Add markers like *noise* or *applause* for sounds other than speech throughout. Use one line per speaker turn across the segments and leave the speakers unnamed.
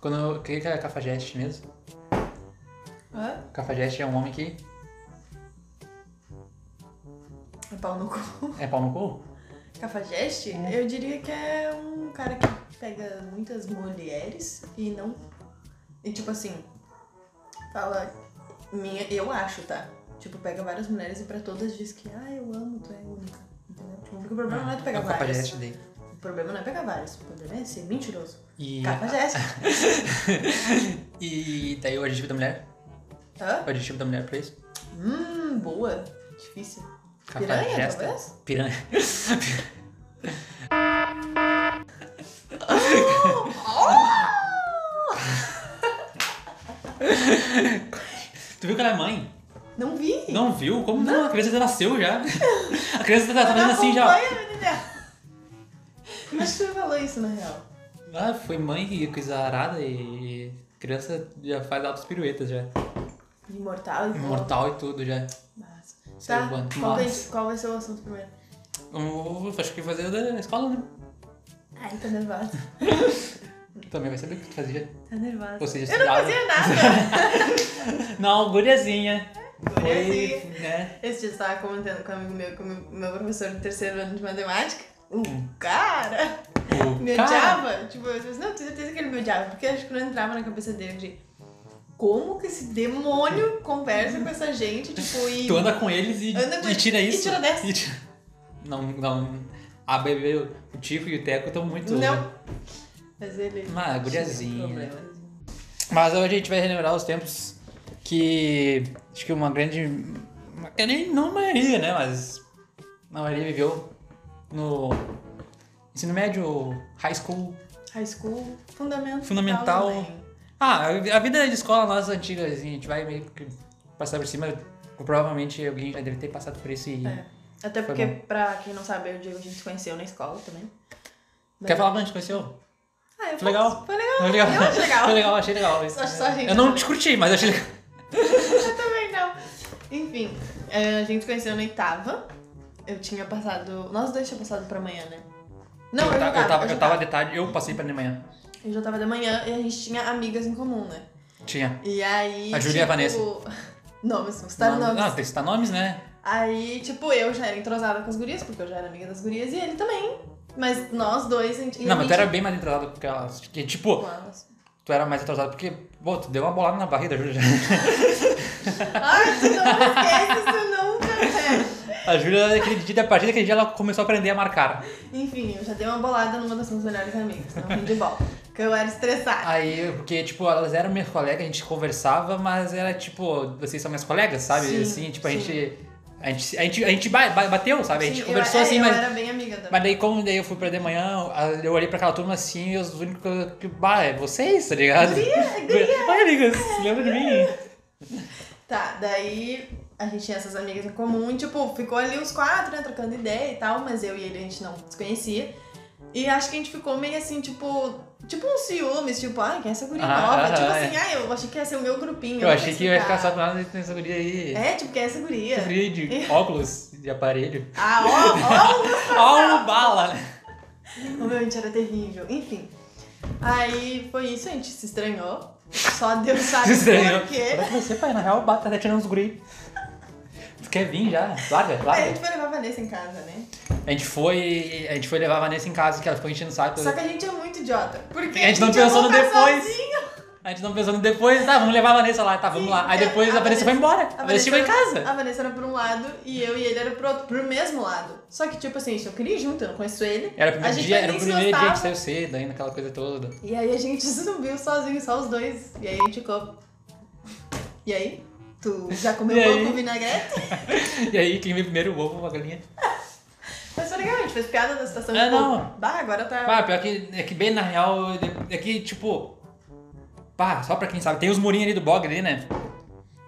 Quando eu queria que era Cafajeste mesmo.
Hã?
Cafajeste é um homem que
É pau
*laughs*
no cu.
é pau no cu?
Cafajeste, eu diria que é um cara que pega muitas mulheres e não. E tipo assim. Fala. Minha, eu acho, tá? Tipo, pega várias mulheres e pra todas diz que, ah, eu amo, tu é única. Entendeu? Tipo, porque o problema não é tu
É
pegar
o
várias.
Cafajeste dele.
O problema não é pegar várias. O problema é ser mentiroso.
E,
Cafajeste.
*laughs* e daí o adjetivo da mulher?
Hã?
O adjetivo da mulher pra isso?
Hum, boa. Difícil. Piranha,
Cafajeste.
talvez?
Piranha. *laughs* Ah! tu viu que ela é mãe?
Não vi.
Não viu? Como não? A criança já nasceu
*laughs*
já. A criança tá fazendo assim já.
Acompanha, menina. Mas tu falou isso na real.
Ah, foi mãe e coisa arada e criança já faz altas piruetas já.
Imortal e
Imortal e tudo já.
Massa.
Ser
Tá,
humano.
qual vai,
Massa.
qual vai ser o assunto primeiro?
Eu acho que fazer da escola, né?
Ai, tá nervosa.
Também vai saber o que tu fazia.
Tá nervosa.
Ou seja,
Eu
estudava.
não fazia nada.
Não, guriazinha.
Guriazinha.
Foi, né?
Esse dia eu tava comentando com um amigo meu, com o meu- meu professor do terceiro ano de matemática. O cara
O
me
Hum. cara-
odiava. Tipo, eu disse, não, tenho certeza que ele me odiava. Porque eu acho que não entrava na cabeça dele de como que esse demônio conversa com essa gente, tipo, e...
Tu anda com eles e,
Anda com
e tira
eles
isso.
e tira dessa.
E tira- Não, não. A bebê, o Tico e o Teco estão muito. né?
Não. Mas ele...
Ah,
tinha
guriazinha.
problemas.
Mas hoje a gente vai relembrar os tempos que. Acho que uma grande. uma- que nem- Não a maioria, né? Mas. A maioria viveu no ensino médio, high school.
High school, fundamental.
Fundamental.
também.
Ah, a vida de escola nossa antiga, assim, a gente vai meio que passar por cima. Provavelmente alguém já deve ter passado por isso e.
É. Até
Foi
porque, pra quem não sabe, eu e o Diego a gente se conheceu na escola também. né?
Quer falar pra gente conheceu?
Ah, eu
Foi legal.
Foi legal.
Foi Tá legal.
Eu acho legal.
*laughs* Foi legal, achei legal.
Só- só a gente
eu não
também.
discuti, mas eu achei legal.
Eu também não. Enfim, é, a gente se conheceu na oitava. Eu tinha passado. Nós dois tínhamos passado pra manhã, né? Não, eu,
eu, ta-
jogava,
eu, tava, eu
jogava.
tava de tarde, eu passei pra de manhã.
Eu já tava de manhã e a gente tinha amigas em comum, né?
Tinha.
E aí. tipo,
A Júlia e a Vanessa.
*laughs* Nomes, vou citar
Nome-
Tá nomes.
Ah, tem que citar nomes, né?
Aí, tipo, eu já era entrosada com as gurias, porque eu já era amiga das gurias e ele também. Mas nós dois. A gente,
não, mas tu era
bem.
bem mais atrasado que elas. Que, tipo,
assim.
tu era mais atrasado porque, pô, tu deu uma bolada na barriga da Júlia.
Ai, tu não esquece isso nunca, velho.
*laughs* A Júlia, daquele dia, a partir daquele dia, ela começou a aprender a marcar.
Enfim, eu já dei uma bolada numa das minhas melhores amigas, né? no handball. Porque eu era estressada.
Aí, porque, tipo, elas eram minhas colegas, a gente conversava, mas era tipo, vocês são minhas colegas, sabe?
Sim,
assim, tipo, a
sim.
gente. A gente, a gente, a gente ba- ba- bateu, sabe? a gente
Sim,
conversou
eu, é,
assim,
eu
mas.
era bem amiga da
Mas daí, como daí eu fui pra de manhã, eu olhei pra aquela turma assim e os únicos que. Bah, é vocês, tá ligado?
Guria,
*laughs* Olha, amigos, lembra de
É.
mim?
Tá, daí a gente tinha essas amigas em comum e, tipo, ficou ali os quatro, né, trocando ideia e tal, mas eu e ele a gente não se conhecia. E acho que a gente ficou meio assim, tipo, tipo uns ciúmes, tipo, ai, quem é essa guria
Ah,
nova?
ah,
tipo
é.
assim, ai, eu achei que ia ser o meu grupinho.
Eu
não
achei
sei
que ia ficar só
explicar."
com nada nessa guria aí.
É, tipo, quem é essa guria?
Essa guria de óculos, de aparelho.
Ah,
*laughs*
*laughs* ó, ó,
Ó, o *laughs* bala!
O meu ente era terrível. Enfim. Aí foi isso, a gente se estranhou. Só
*laughs*
Deus sabe
Se estranhou.
por quê.
Parece é você, pai, na real, bata, tá tirando uns guri. Tu quer vir já? Larga,
Aí a
larga.
gente foi levar a Vanessa em casa, né?
A gente foi. A gente foi levar a Vanessa em casa, que ela ficou enchendo o saco.
Só que a gente é muito idiota. Porque
a gente não pensou no
ia voltar
depois.
sozinho.
A gente não pensou no depois, tá, vamos levar a Vanessa lá, tá, vamos
Sim,
lá. Aí
é,
depois a
a
Vanessa
Vanessa-
foi embora. A Vanessa chegou em
era-
casa.
A Vanessa era por um lado e eu e ele era pro outro, pro mesmo lado. Só que, tipo assim, eu queria ir junto, eu não conheço ele.
Era o
a
primeiro
gente
dia,
nem
era o
se
primeiro dia que
gostava.
saiu cedo, ainda aquela coisa toda. *laughs*
E aí a gente *laughs* subiu sozinho, só os dois. E aí a gente ficou. E aí? Tu já
*laughs*
comeu
E
pão
aí?
com vinagrete?
E aí, quem veio primeiro o ovo, a galinha.
Mas foi legal, a gente fez piada da situação.
É,
tipo,
não.
Bah, agora tá.
Pá, pior que é que bem na real, é que tipo. Pá, só pra quem sabe, tem os murinhos ali do bog ali, né?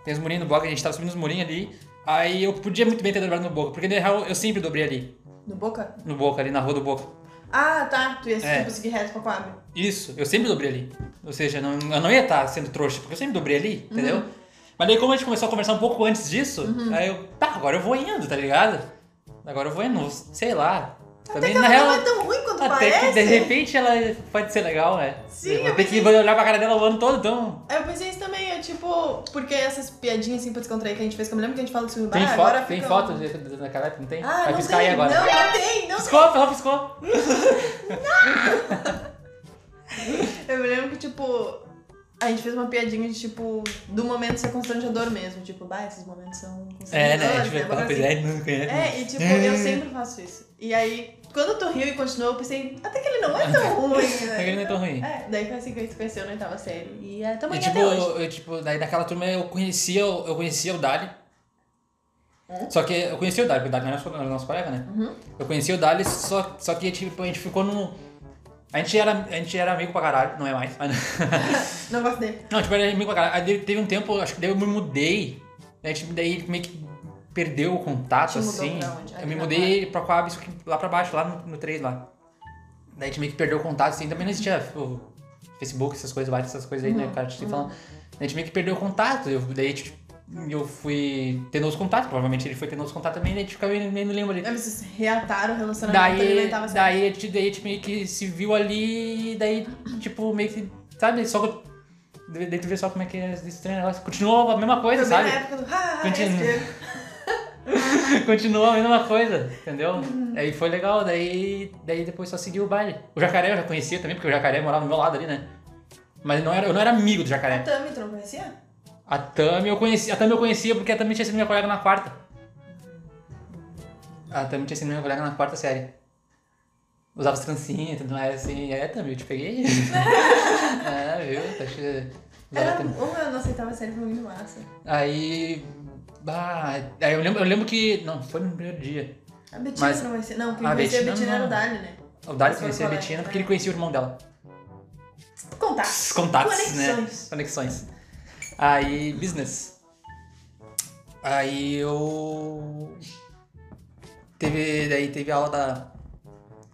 Tem os murinhos do bog, a gente tava subindo os murinhos ali. Aí eu podia muito bem ter dobrado no boca, porque na real eu sempre dobrei ali,
No boca?
no boca, ali na rua do boca.
Ah, tá. Tu ia
É.
tipo, seguir reto pra Coab.
Isso, eu sempre dobrei ali. Ou seja, não, eu não ia estar sendo trouxa, porque eu sempre dobrei ali,
Uhum.
entendeu? Mas daí como a gente começou a conversar um pouco antes disso, aí eu, tá, agora eu vou indo, tá ligado? Agora eu vou indo, sei lá.
Até que ela não é tão ruim quanto
até
parece.
que de repente ela pode ser legal, né?
Sim,
Vou
eu
ter que
pensei-
olhar pra cara dela o ano todo, então.
Eu pensei isso também, é tipo, porque essas piadinhas assim pra descontrair que a gente fez, que eu me lembro que a gente fala do filme
Tem
bah, agora
foto, tem
fica- um-
foto de- na cara, não tem?
Ah,
Vai
não
piscar
tem,
aí agora.
Não, não tem, não
Piscou, ela piscou.
Eu me lembro que, tipo, a gente fez uma piadinha de, tipo, do momento ser constrangedor mesmo. Tipo, bah, esses momentos são
É,
constrangedores.
né? A gente vai
uma
falar
coisa
coisa,
assim.
ele não conhece.
É, e tipo, eu sempre faço isso. E aí, quando tu riu e continuou, eu pensei, até que ele não é tão ruim, né?
Até que ele não é tão ruim.
É, daí foi assim que a gente se conheceu na oitava série. E é, também
E tipo,
até hoje.
eu, tipo, daí daquela turma eu conhecia, o- eu conhecia o Dali.
Hum?
Só que eu conhecia o Dali, porque o Dali não era nosso, era nosso colega, né?
Uhum.
Eu conhecia o Dali, só, só que tipo, a gente ficou num. A gente, era, a gente era amigo pra caralho, não é mais. mas-
Não gosto dele.
Não, tipo, era amigo pra caralho. Aí daí teve um tempo, acho que daí eu me mudei. Né? Tipo, daí ele meio que perdeu o contato,
Te mudou
assim.
pra onde? Ali
Eu me
na
mudei pra Coab, isso aqui, lá pra baixo, lá no, no 3 lá. Daí a gente meio que perdeu o contato, assim, também não existia o Facebook, essas coisas, várias essas coisas aí,
Uhum,
né? O cara te falando. Daí a gente meio que perdeu o contato. Eu, daí a gente- eu fui tendo os contatos, provavelmente ele foi tendo os contatos também, daí a gente ficava meio meio no limbo ali.
Eles reataram o relacionamento ali na
Daí,
oitava série.
daí, a gente- daí a gente meio que se viu ali, daí, tipo, meio que, sabe, só que, daí tu vê só como é que é estranho o negócio, continua a mesma coisa,
Foi bem na
*laughs* sabe,
época do. Ah,
Continua.
esse-
continua a mesma coisa, entendeu, aí foi legal, daí, daí depois só seguiu o baile, o Jacaré eu já conhecia também, porque o Jacaré morava do meu lado ali, né, mas não era, eu não era amigo do
A
Jacaré,
Tami, tu não conhecia?
a Tami eu conhecia, a Tami eu conhecia porque a Tami tinha sido minha colega na quarta, a Tami tinha sido minha colega na quarta série. Usava as trancinhas e tudo mais, assim, é, Tami, eu te
*laughs*
peguei. é, viu? Tá cheio. Usava
Era
Tami.
uma nossa oitava série, foi muito massa.
Aí. Bah, aí eu lembro, eu lembro que. Não, foi no primeiro dia.
A Betina
Mas-
não vai ser. Não, quem
A
vai ser a
Betina
Betina
não.
era o Dali, né?
O Dali
Foi
conhecia a
colega,
Betina
né?
porque ele conhecia o irmão dela.
Contatos.
Contatos,
Conexões.
né? Conexões. Aí, business. Aí eu. Teve. Daí teve aula da.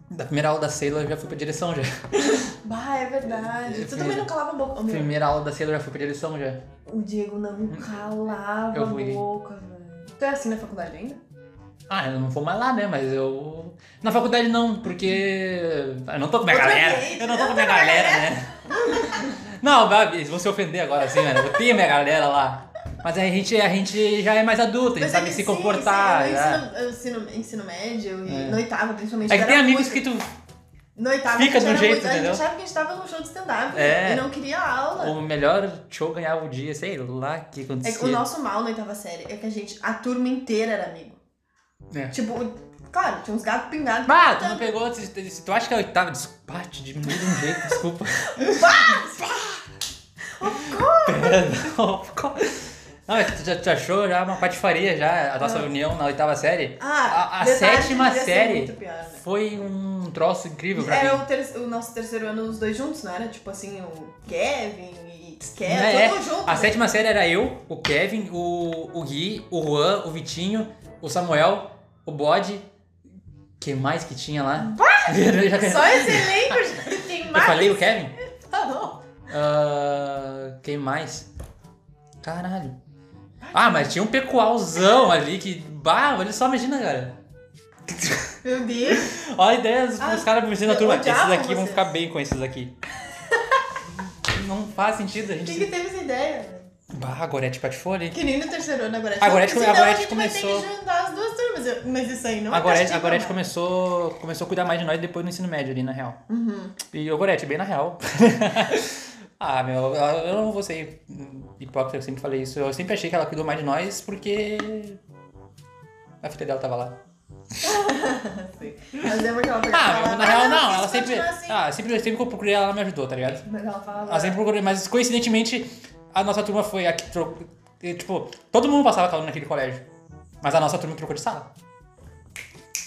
Da primeira aula da Sailor eu já fui pra direção já.
Bah, é verdade.
Eu
tu
fui-
também não calava a boca. Ô, meu,
Primeira aula da Sailor eu já fui pra direção já.
o Diego não calava
Hum. Eu
a
fui.
boca, velho. Tu é assim na faculdade ainda?
Ah, eu não vou mais lá, né? Mas eu. Na faculdade não, porque. Eu não tô com minha
Outra
galera.
vez.
Eu não tô com minha galera, né? Não, Babi, vou se ofender agora assim, mano. Eu tenho minha galera lá. Mas a gente, a gente já é mais adulta, a gente
Mas
sabe
é que
se
sim,
comportar. é.
sim,
já.
eu ensino, eu ensino, ensino médio e
É.
no oitavo, principalmente.
É que
era
tem amigos
muito-
que tu.
No oitavo,
fica
a gente
de um
era
jeito,
muito- A
entendeu?
gente achava que a gente tava num show de stand-up
É.
e não queria aula.
O melhor show ganhava o dia, sei lá o que
É
acontecia.
que o nosso mal na oitava série é que a gente, a turma inteira era amigo.
É.
Tipo, claro, tinha uns gatos pingados.
Ah, tu não
Tanto-
pegou. Se, se tu acha que é a oitava, desculpa, te diminui de um jeito,
*laughs*
desculpa. Perdão. Não, mas tu já tu achou já uma patifaria já, a nossa reunião na oitava série.
Ah,
A- a
detalhe que
sétima
devia ser
série
muito pior, né?
Foi um troço incrível pra
Era
mim.
É o, ter- o nosso terceiro ano, os dois juntos, não era? Tipo assim, o Kevin e Kevin,
Né? É,
todo junto.
a
né?
sétima série era eu, o Kevin, o, o Gui, o Juan, o Vitinho, o Samuel, o Bode. que mais que tinha lá? Eu *laughs* já-
Só esse elenco já tem
eu
mais.
falei o Kevin?
Ah, não.
Ah, quem mais? Caralho. Ah, mas tinha um pecualzão ali que. Bah, olha só, imagina, cara.
Meu Deus.
Olha a ideia dos,
Ah,
dos caras pensando na
eu
turma.
odiava
Esses aqui vão
vocês.
ficar bem com esses aqui. Não faz sentido a gente.
Quem que teve essa ideia? velho?
Bah, agora é tipo hein?
Que nem no terceiro ano, agora. é
Agora a gente-
Senão
agora a
a
gente
gente vai ter
começou-
que juntar as duas turmas. Eu- Mas isso aí não
A Gorete,
é
a Gorete
castigo,
começou, começou a cuidar mais de nós depois no ensino médio ali, na real.
não. Uhum.
E o Gorete, bem na real. *laughs* ah, meu, eu não vou ser hipócrita, eu sempre falei isso. Eu sempre achei que ela cuidou mais de nós porque a filha dela tava lá.
Mas lembra que ela pegava e
Ah, meu,
falava,
na real
"Ah,
não,
quis
ela sempre,
continuar assim."
ah, sempre, sempre que eu procurei ela, ela me ajudou, tá ligado?
Mas ela falava.
Ela sempre procurou, mas coincidentemente a nossa turma foi a que trocou, e, tipo, todo mundo passava calor naquele colégio, mas a nossa turma trocou de sala.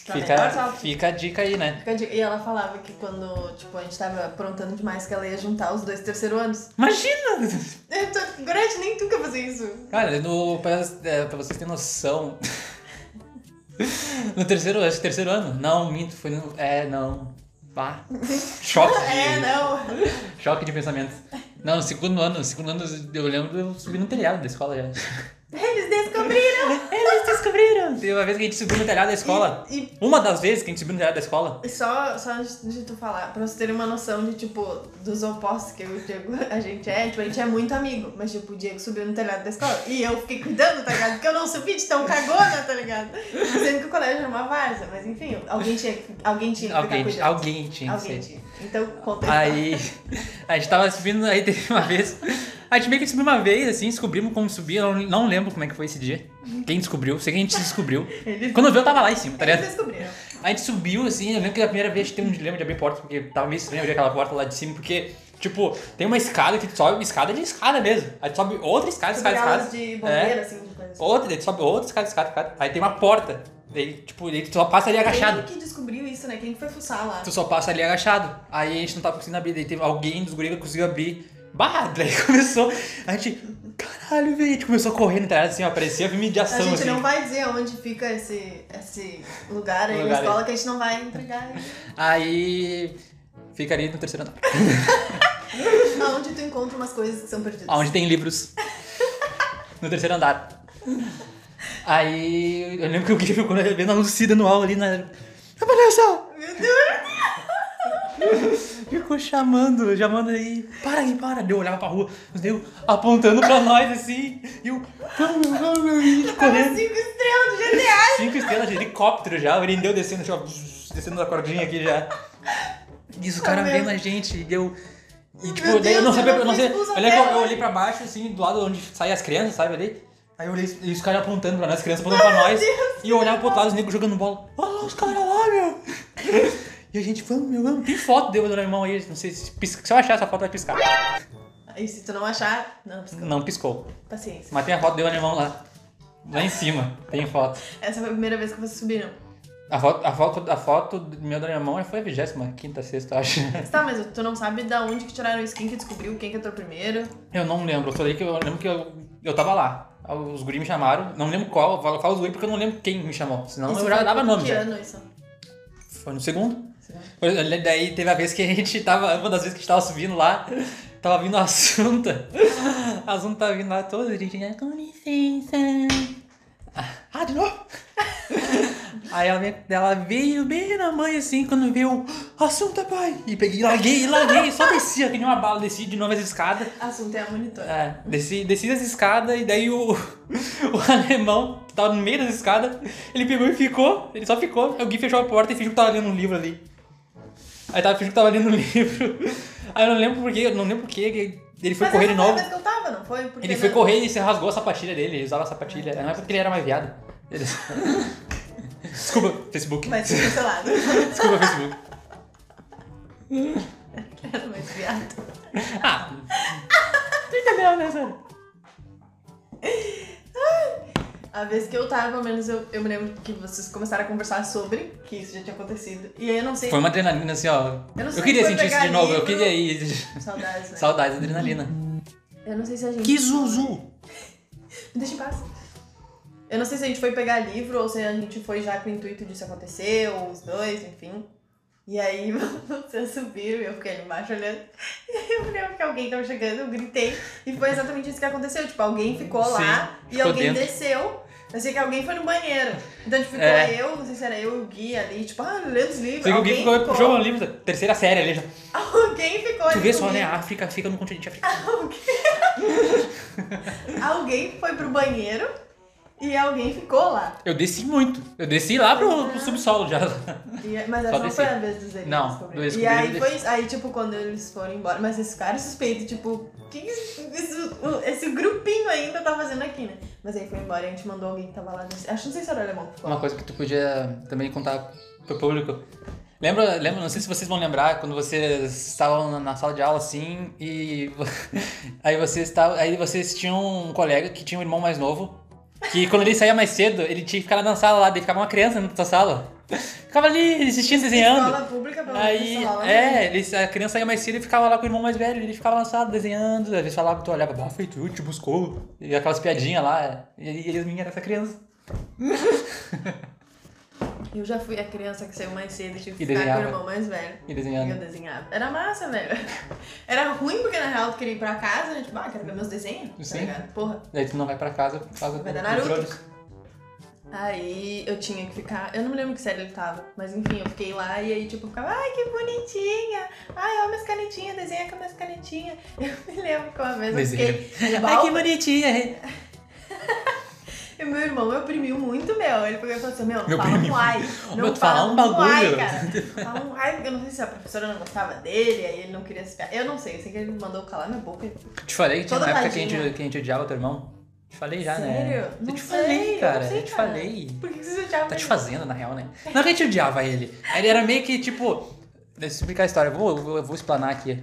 "Tá melhor,
Fica,
tá-
fica a dica aí, né?
Fica de- E ela falava que quando, tipo, a gente tava aprontando demais, que ela ia juntar os dois terceiro anos.
Imagina!
Eu tô- Gorete, nem tu quer fazer isso.
Cara, no, pra, é, pra vocês terem noção. *laughs* no terceiro, acho que terceiro ano? Não, minto, foi no. É, não.
*laughs*
Pá. Choque de,
É, não.
choque de pensamento. Não, no segundo ano, no segundo ano eu lembro de eu subir no telhado da escola já.
Eles descobriram!
Eles descobriram! Teve uma vez que a gente subiu no telhado da escola.
E, e
Uma das vezes que a gente subiu no telhado da escola.
E Só, só antes de tu falar, pra você ter uma noção de, tipo, dos opostos que eu e o Diego, a gente é, tipo, a gente é muito amigo, mas, tipo, o Diego subiu no telhado da escola e eu fiquei cuidando, tá ligado? Porque eu não subi de tão cagona, tá ligado? Sendo que o colégio era uma várzea, mas enfim, alguém tinha, que- alguém tinha que
Alguém,
ficar cuidando.
alguém tinha que
Alguém
ser.
tinha. Então, conta a história.
Aí a gente tava subindo, aí teve uma vez. A gente meio que subiu uma vez, assim, descobrimos como subir. Eu não, não lembro como é que foi esse dia. Quem descobriu, sei que a gente descobriu.
Eles,
Quando viu, eu tava lá em cima, tá
eles
ligado?
descobriram.
A gente subiu, assim, eu lembro que a primeira vez tem um dilema de abrir porta, porque tava meio estranho abrir aquela porta lá de cima, porque, tipo, tem uma escada que tu sobe, escada de escada mesmo. Aí tu sobe outra escada, escada,
Sobre aulas
escada.
de
É.
bombeiro, assim, de coisa assim.
Outra, daí tu sobe outra escada, escada, escada. Aí tem uma porta. Daí, tipo, daí tu só passa ali agachado.
Quem que descobriu isso, né? Quem que foi fuçar lá?
Tu só passa ali agachado. Aí a gente não tava conseguindo abrir. Daí teve alguém dos gorilas que conseguiu abrir. Bah, daí *laughs* começou. A gente. Caralho, velho. A gente começou correndo atrás assim, ó. Parecia filme de
A
ação,
gente
assim.
não vai dizer onde fica esse, esse lugar aí
Lugar
na
aí.
escola que a gente não vai entregar.
Aí. Fica ali no terceiro andar.
Aonde tu encontra umas coisas que são perdidas.
Onde tem livros. No terceiro andar. Aí. Eu lembro que o Gui ficou vendo a Lucida no aula ali na. Apareça!
Meu Deus!
Ficou chamando, chamando aí. Para aí, para. Deu, olhava pra rua. Deu, apontando pra nós assim. E eu. Vamos, vamos, vamos. E a gente
Tava
correndo.
Ah, cinco estrelas do GTA!
Cinco estrelas de helicóptero já, o Irindeu descendo, já, bzz, descendo da cordinha aqui já. Isso, o cara
Meu.
vendo a gente e deu. E tipo,
Meu
daí eu não
Deus,
sabia,
eu
eu não
fui
sei.
expulsa
Eu lembro que eu-
dela.
eu olhei pra baixo, assim, do lado onde saem as crianças, sabe ali? Aí eu olhei e os caras apontando pra nós, as crianças apontando pra nós. e eu olhava pro outro lado, os negros jogando bola. Olha lá os caras lá, meu! *laughs* E a gente, vamos, meu, vamos. Tem foto deu do irmão aí, não sei se pisca. Se eu achar essa foto, vai piscar.
Aí se tu não achar, não, desculpa.
Não piscou.
paciência.
Mas tem a foto do irmão lá. Lá em cima, tem foto.
Essa foi a primeira vez que vocês subiram.
A foto, a foto, a foto do meu da minha mão foi a vigésima, quinta, sexta, eu acho. *laughs*
Mas Tá, mas tu não sabe da onde que tiraram isso, quem que descobriu, quem que entrou primeiro.
Eu não lembro, eu falei que eu lembro que eu, eu tava lá. Os guris me chamaram, não lembro qual, eu falo, falo os guris porque eu não lembro quem me chamou, senão
Isso
eu já
foi
dava
por
nome.
Que
já.
ano isso?
Foi no segundo. Foi- Daí teve a vez que a gente tava, uma das vezes que a gente tava subindo lá, tava vindo a Assunta. A Assunta tava vindo lá toda, a gente, né, com licença. Ah, de novo? Aí ela, veio- ela veio bem na mãe assim, quando viu, Assunta, pai! E peguei, larguei, larguei, só descia, que nem uma bala, desci de novo as escadas.
Assunto é a monitora.
É, desci, desci as escadas e daí o, *laughs* o alemão que tava no meio das escadas, ele pegou e ficou, ele só ficou, aí o Gui fechou a porta e fingiu que tava lendo um livro ali. Aí tava fingindo que tava lendo um *laughs* livro. Aí eu não lembro porque, eu não lembro porque que ele foi
mas
correr
essa
de
foi a
novo.
vez que eu tava, não foi? Porque
Ele foi
não-
correr e se rasgou a sapatilha dele, ele usava a sapatilha. Não é porque ele era mais viado. Ele- *laughs* Desculpa, Facebook.
Mas foi cancelado.
*laughs*
*laughs*
Desculpa, Facebook.
Era mais viado.
Ah! Brincadeira, né, sério?
A vez que eu tava, pelo menos eu, eu me lembro que vocês começaram a conversar sobre que isso já tinha acontecido. E aí eu não sei.
Foi uma adrenalina assim, ó.
Eu não
Eu,
sei
queria
se foi
sentir isso de
pegar
novo, eu
livro.
queria ir.
Saudades, né?
Saudades, adrenalina.
Eu não sei se a gente.
zuzu!
Me deixa em paz. Eu não sei se a gente foi pegar livro ou se a gente foi já com o intuito disso acontecer, ou os dois, enfim. E aí *laughs* vocês subiram e eu fiquei ali embaixo olhando. E aí eu lembro que alguém tava chegando, eu gritei. E foi exatamente isso que aconteceu. Tipo, alguém ficou lá
Sim,
e
ficou
alguém
dentro.
desceu. Eu sei que alguém foi no banheiro. Então, tipo, ficou
É.
eu, não sei se era eu e o Gui ali, tipo, ah, lendo os livros.
Sei que o Gui ficou
ficou.
puxou um livro, da terceira série ali já.
Alguém ficou
Tu
ali
vê só,
comigo.
né? A África fica no continente africano.
Alguém- Alguém foi pro banheiro e alguém ficou lá.
Eu desci muito. Eu desci lá pro, pro subsolo já.
E- mas essa
Só
não
descer.
foi a vez dos eles
Não,
descobrirem.
do eles
E aí
descobrirem,
foi aí, tipo, quando eles foram embora, mas esse cara suspeito, tipo, o que que esse, esse- esse grupinho ainda tá fazendo aqui, né? Mas aí foi embora e a gente mandou alguém que tava lá. Desse, acho que não sei se era o alemão que
*laughs*
ficou.
Uma coisa que tu podia também contar pro público. Lembra, lembra, não sei se vocês vão lembrar, quando vocês estavam na- na sala de aula assim e *laughs* vo- aí vocês estavam, aí vocês tinham um colega que tinha um irmão mais novo, que quando ele saía mais cedo, ele tinha que ficar lá na sala lá, daí ficava uma criança na tua sala. Ficava ali assistindo, desenhando.
Escola pública, pelo
Aí,
menos, né?
é, ele, a criança saía mais cedo e ficava lá com o irmão mais velho. Ele ficava lançado, desenhando. Às vezes falava, tu olhava, bah, foi tu, te buscou. E é. aquelas piadinhas lá. E, e eles me eram essa criança.
Eu já fui a criança que saiu mais cedo e tive que
E
ficar
desenhava.
com o irmão mais velho.
E
E eu
desenhando.
desenhava. Era massa, velho. *laughs* Era ruim porque na real tu queria ir pra casa, né? Tipo, ah, quero ver meus desenhos. Tá
Sim.
ligado? Porra.
Daí tu não vai pra casa por causa
Vai
do-
dar
dos
Naruto.
olhos.
Aí eu tinha que ficar. Eu não me lembro que série ele tava, mas enfim, eu fiquei lá e aí, tipo, eu ficava, ai, que bonitinha! Ai, olha minhas canetinhas, desenha com minhas canetinhas. *laughs* Eu me lembro que uma vez eu
Desenha.
fiquei.
Ai, que
Ai,
bonitinha. hein?
que... Meu irmão me oprimiu muito, meu. Ele pegou e falou assim: Meu, não
Me
fala um
oprimiu.
ai.
Meu,
Não
tu fala
fala
um
um ai,
bagulho.
cara. Fala um ai, porque eu não sei se a professora não gostava dele, aí ele não queria se. Eu não sei, eu sei que ele mandou eu calar minha boca.
*laughs* Te falei que tinha
Toda
uma época que a, gente,
tadinha.
que a gente odiava teu irmão? Te falei já, né?
Sério?
Eu
Não
te
sei,
falei,
eu
cara.
não sei,
eu te
cara.
falei.
Por que você já
Tá te fazendo, na real, né? Não que a gente odiava ele. Ele era meio que, tipo... Deixa eu explicar a história. Eu vou, eu vou, eu vou explanar aqui.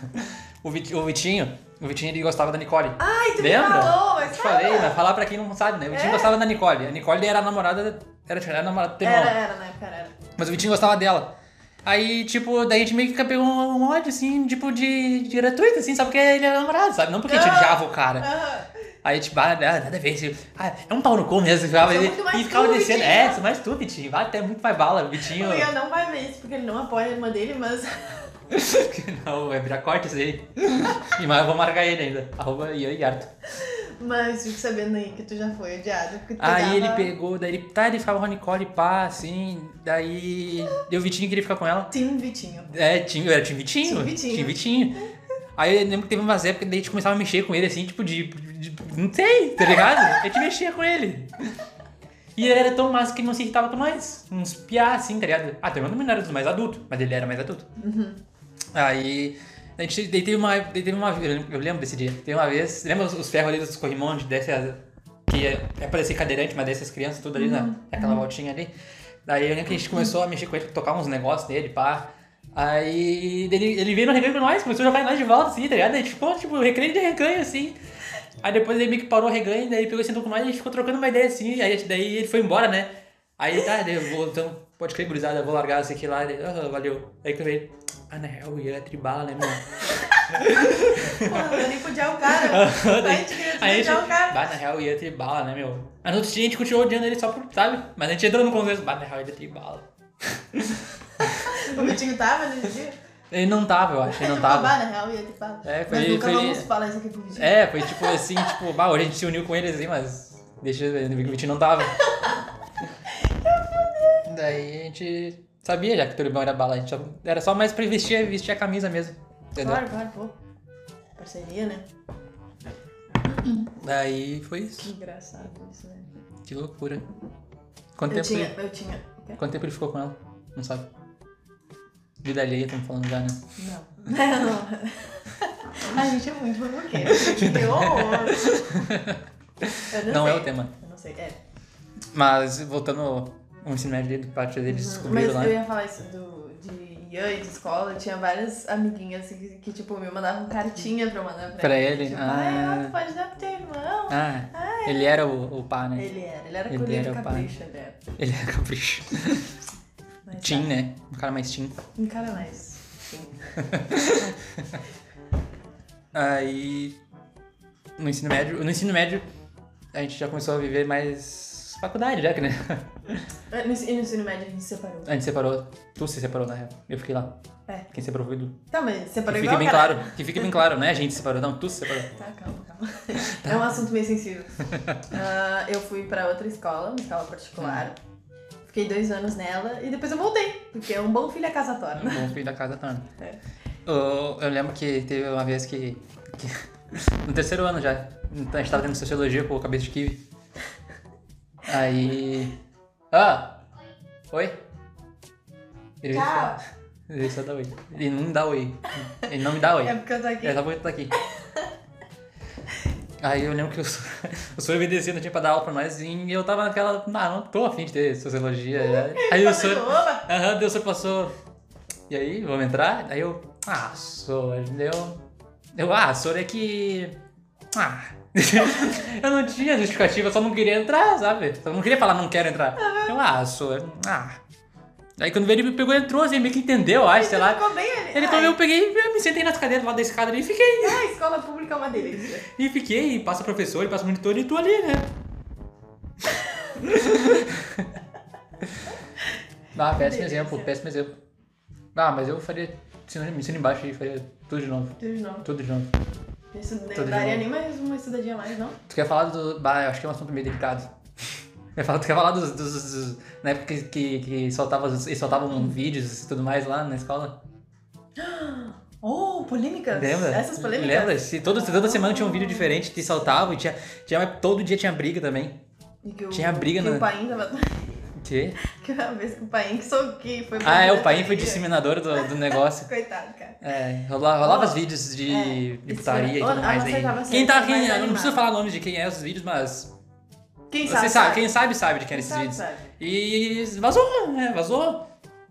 *laughs* o, Vit- o Vitinho... O Vitinho, ele gostava da Nicole.
Ai, tu me
Lembra?
falou, mas
Eu te
fala.
falei, mas falar pra quem não sabe, né? O Vitinho
É.
gostava da Nicole. A Nicole era a namorada... Era, era a namorada do teu irmão.
Era, era, na época era.
Mas o Vitinho gostava dela. Aí, tipo, daí a gente meio que fica- pegou um, um ódio, assim, tipo, de, de gratuito, assim, só porque ele era namorado, sabe? Não porque a gente
Ah.
odiava o cara.
Aham.
Aí, tipo, ah, não, nada a ver, assim, ah, é um pau no cu mesmo. Ficava,
Sou
ele,
é muito mais né?
e ficava
tu,
descendo,
Vitinho.
é, sou mais tu, Vitinho, vai até muito mais bala, Vitinho.
O Ian não vai ver isso porque ele não apoia a irmã dele, mas.
*laughs*
*laughs*
não, vai virar corte isso aí. e, mas eu vou marcar ele ainda, arroba Ian Yarto.
Mas fico sabendo aí que tu já foi odiado. Porque tu
Aí ele
pegava-
pegou, daí ele, tá, ele ficava com a Nicole, pá, assim, daí, deu o Vitinho queria ficar com ela.
Tim Vitinho.
É, tinha, era time Vitinho.
Time Vitinho.
Time Vitinho. Aí eu lembro que teve umas épocas que daí a gente começava a mexer com ele, assim, tipo de... de- de- não sei, tá ligado? A gente mexia com ele. E ele era tão massa que ele não se irritava com nós. Uns piá, assim, tá ligado? Ah, teu irmão também não era dos mais adultos, mas ele era mais adulto. Aí... A gente, daí teve uma... Daí teve uma eu lembro- eu lembro desse dia. Teve uma vez... Lembra os, os ferros ali dos corrimões, de desce as- Que é, é parecer cadeirante, mas desce as crianças tudo ali, na, naquela voltinha ali. Daí eu lembro que a gente começou a mexer com ele, tocar uns negócios nele, pá. Aí ele, ele veio no recreio com nós, começou a jogar em nós de volta, assim, tá ligado? A gente ficou, tipo, recreio de recanho, assim. Aí depois ele meio que parou o reganho, daí pegou e sentou com nós e a gente ficou trocando uma ideia assim, aí daí ele foi embora, né? Aí ele, tá, daí eu vou, então, pode crer, gurizada, eu vou largar isso aqui lá, ele, aham, valeu. Aí que eu vi, ah, na real, o Ian é tribala, né, mano?
Porra, eu nem podia o cara. a
*laughs*
gente
*laughs* Aí
queria
a gente,
odiar o cara.
bah, na real, o Ian é tribala, né, meu? Mas no outro dia a gente continuou odiando ele só por, sabe? Mas a gente entrou no consenso, bah, na real, ele é tribala.
O Vitinho tava nesse dia.
Ele não tava, eu acho, ele não tava.
Babá, na real, ia ter falado.
É, foi-
Mas nunca
foi-
vamos falar isso aqui pro Vitinho.
É, foi tipo assim, tipo, bah, hoje a gente se uniu com eles assim, mas deixa eu ver, o Vitinho não tava. Daí a gente sabia já que o Turibão era bala, a gente só, era só mais pra vestir, vestir a camisa mesmo, entendeu?
claro, claro, pô. Parceria, né?
Daí foi
Que
isso,
engraçado isso, né?
que loucura. Quanto
Eu
tempo,
tinha,
ele,
eu tinha. o quê?
quanto tempo ele ficou com ela? Não sabe. Vida alheia, estamos falando já, né?
Não. *laughs* Não. A gente é muito fofoqueiro. *laughs* Que horror. Eu
Não é
sei.
o tema.
Eu não sei, é.
Mas voltando ao ensino médio dele, parte deles descobriram
Uhum. Mas
lá.
eu ia falar isso do, de Ian e de escola, eu tinha várias amiguinhas assim, que, que, tipo, me mandavam cartinha pra eu mandar pra,
Pra
ele.
ele?
Tipo,
Ah.
ah, pode dar pro teu irmão.
Ah, ele era o, o pá, né?
Ele era, ele era
Ele
colher de
era o
capricho, ele era.
Ele era capricho.
Mas tá,
Tim, né? Um cara mais Tim.
Um cara mais. assim, Sim.
Aí no ensino médio, no ensino médio a gente já começou a viver mais faculdade, já que né? *laughs*
E no e no ensino médio a gente se separou.
A gente separou, tu se separou na real, eu fiquei lá.
É.
Quem separou foi o Edu.
Tá, mas
Que
separou
fique
igual,
bem
cara.
claro, que fique bem claro, né? A gente se separou, não, tu se separou.
Tá, calma,
*laughs*
calma. É um assunto meio sensível. Ah, eu fui pra outra escola, uma escola particular. Fiquei dois anos nela e depois eu voltei, porque um bom filho é casa torna.
Bom filho da casa torna.
*laughs* É.
Eu, eu lembro que teve uma vez que, que- *laughs* no terceiro ano já, a gente tava tendo sociologia com o cabeça de kiwi. Aí, ah, oi. Ele veio só- *laughs* Ele só dá oi. Ele não me dá oi. Ele não me dá oi.
É porque eu tô aqui.
É só porque tu tá aqui. Aí *laughs* eu lembro que o Sr. o senhor veio descendo, tinha pra dar aula pra nós, e eu tava naquela. Ah, não tô afim de ter sociologia.
*laughs*
né?" Aí o
Passou de
senhor.
boba.
Aham, daí o senhor passou. E aí, vamos entrar? Aí eu. Ah, senhor, deu. Eu, ah, senhor é que. Ah. *laughs* eu não tinha justificativa, eu só não queria entrar, sabe? Eu não queria falar não quero entrar. Eu, ah, senhor. Ah. Aí quando veio, ele me pegou e entrou, assim, meio que entendeu, acho, sei lá.
Ficou bem ali.
Ele
Ai,
também eu peguei e me sentei nas cadeiras lá da escada ali e fiquei.
A escola pública é uma delícia.
E fiquei, e passa professor, e passa *laughs* monitor e tu ali, né? Ah, péssimo
Delícia.
exemplo, péssimo exemplo. Ah, mas eu faria. Ensino, me ensino embaixo aí, faria tudo de novo.
Tudo de novo.
Tudo de novo.
Isso não
Tudo de
daria
novo.
nem mais uma estudadinha a mais, não?
Tu quer falar do. Bah, eu acho que é um assunto meio delicado. *laughs* Eu falo, tu quer falar dos. dos, dos- na época que, que, que soltava, os- eles
Hum.
soltavam vídeos e tudo mais lá na escola?
Oh, polêmicas!
Lembra?
Essas polêmicas? Hum.
Lembra? Se, todo, toda semana tinha um vídeo diferente, te soltavam e tinha, tinha. Todo dia tinha briga também.
E que o-
Tinha briga
que
na-
o Paim tava... *laughs*
O quê?
que uma vez que o Paim que sou que foi... pra
Ah, é, o Paim
diretoria.
foi disseminador do, do negócio.
Coitado, cara.
É, rolava, rolava
Ó,
os vídeos de,
é,
de
isso
putaria e
era-
tudo
ó,
mais
a nossa
aí.
tava sendo
Quem tá
mais
quem, eu não
animada.
preciso falar o nome de quem é os vídeos, mas.
Quem
Você
sabe,
sabe, quem sabe sabe de quem é
Quem
esses
sabe,
vídeos.
sabe.
E vazou, né? Vazou.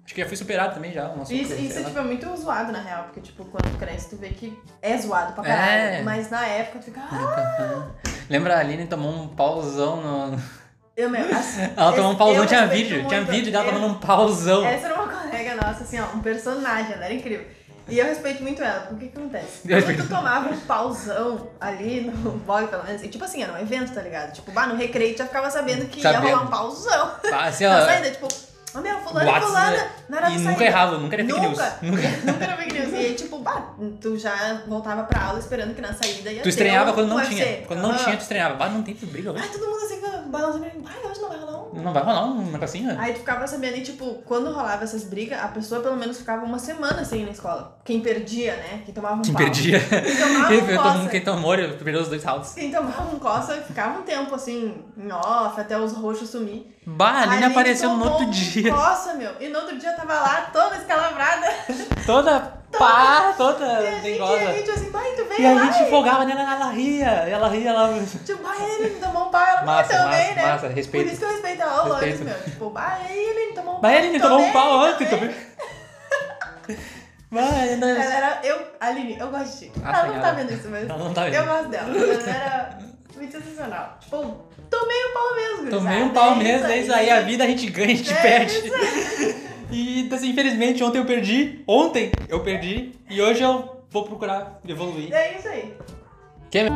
Acho que já fui superado também já. um Nossa,
Isso, isso
sei
é,
lá.
tipo, é muito zoado, na real. Porque, tipo, quando cresce, tu vê que é zoado pra caralho.
É.
Mas na época, tu fica... Ah,
Lembra a Aline tomou um pauzão no. *laughs*
eu mesmo... Assim,
Ela tomou um
esse-
pauzão,
eu
tinha
respeito
vídeo. Tinha
muito É.
vídeo dela
esse-
tomando um pauzão.
Essa era uma colega nossa, assim, ó, um personagem, ela era incrível. E eu respeito muito ela, porque o que acontece?
Eu
Quando tu tomava um pauzão ali no *laughs* boy, pelo menos, e tipo assim, era um evento, tá ligado? Tipo, bah, no recreio tu já ficava sabendo que
Sabendo.
ia rolar um pauzão.
Pá, Assim,
Na
ela.
saída, tipo, ô meu, fulano e
Whats,
fulana,
né?
na hora
E
da
nunca
saída.
errava, nunca era fake news.
Nunca, *laughs* nunca era fake news. E aí, tipo, bah, tu já voltava pra aula esperando que na saída ia
Tu
ter
estranhava
um
quando não
UFC.
tinha. Quando não
Aham.
tinha, tu estranhava. Bah, não tem briga hoje.
Ai, todo mundo assim, balançando, ai, hoje não vai rolar um
Não vai rolar um negocinho?
Aí tu ficava sabendo, e tipo, quando rolava essas brigas, a pessoa pelo menos ficava uma semana sem ir na escola. Quem perdia, né? Quem tomava um
Quem
pau.
perdia. *laughs*
Quem tomava
Quem
um
tomou-
coça.
Quem tomou, ele perdeu os dois rounds.
Quem tomava um coça ficava um tempo assim, em off, até os roxos sumir.
Bah, a Aline
Aí
Ah, apareceu no
tomou
outro
um
dia.
Coça, meu. E no outro dia tava lá toda escalabrada.
*laughs* Toda pá, toda
e a gente, e a
dengosa.
gente assim, pai, tu
E
veio
a
lá.
gente folgava nela, ela ria. Ela ria, ela.
Tipo, bah, ele me tomou um pau. Ela,
Massa,
"Ah, também,
massa,
né?
massa, respeito.
Por isso que eu respeito a aula
Respeito.
antes, meu. Tipo, bah, ele me tomou um
Mas ele
pau,
tomou um
também,
pau ontem
também.
também. Mas ainda.
Ela era. Eu, Aline, eu gosto de ti.
Ah,
ela não tá
senhora.
vendo isso, mas.
Ela não tá
Eu
vendo.
gosto dela. Ela era muito sensacional. Tipo, tomei um pau mesmo, gurizada.
Tomei um pau
É
mesmo, é isso aí. A vida a gente ganha, a gente perde.
isso aí.
E assim, infelizmente, ontem eu perdi. Ontem eu perdi. E hoje eu vou procurar evoluir.
É isso aí.
Quer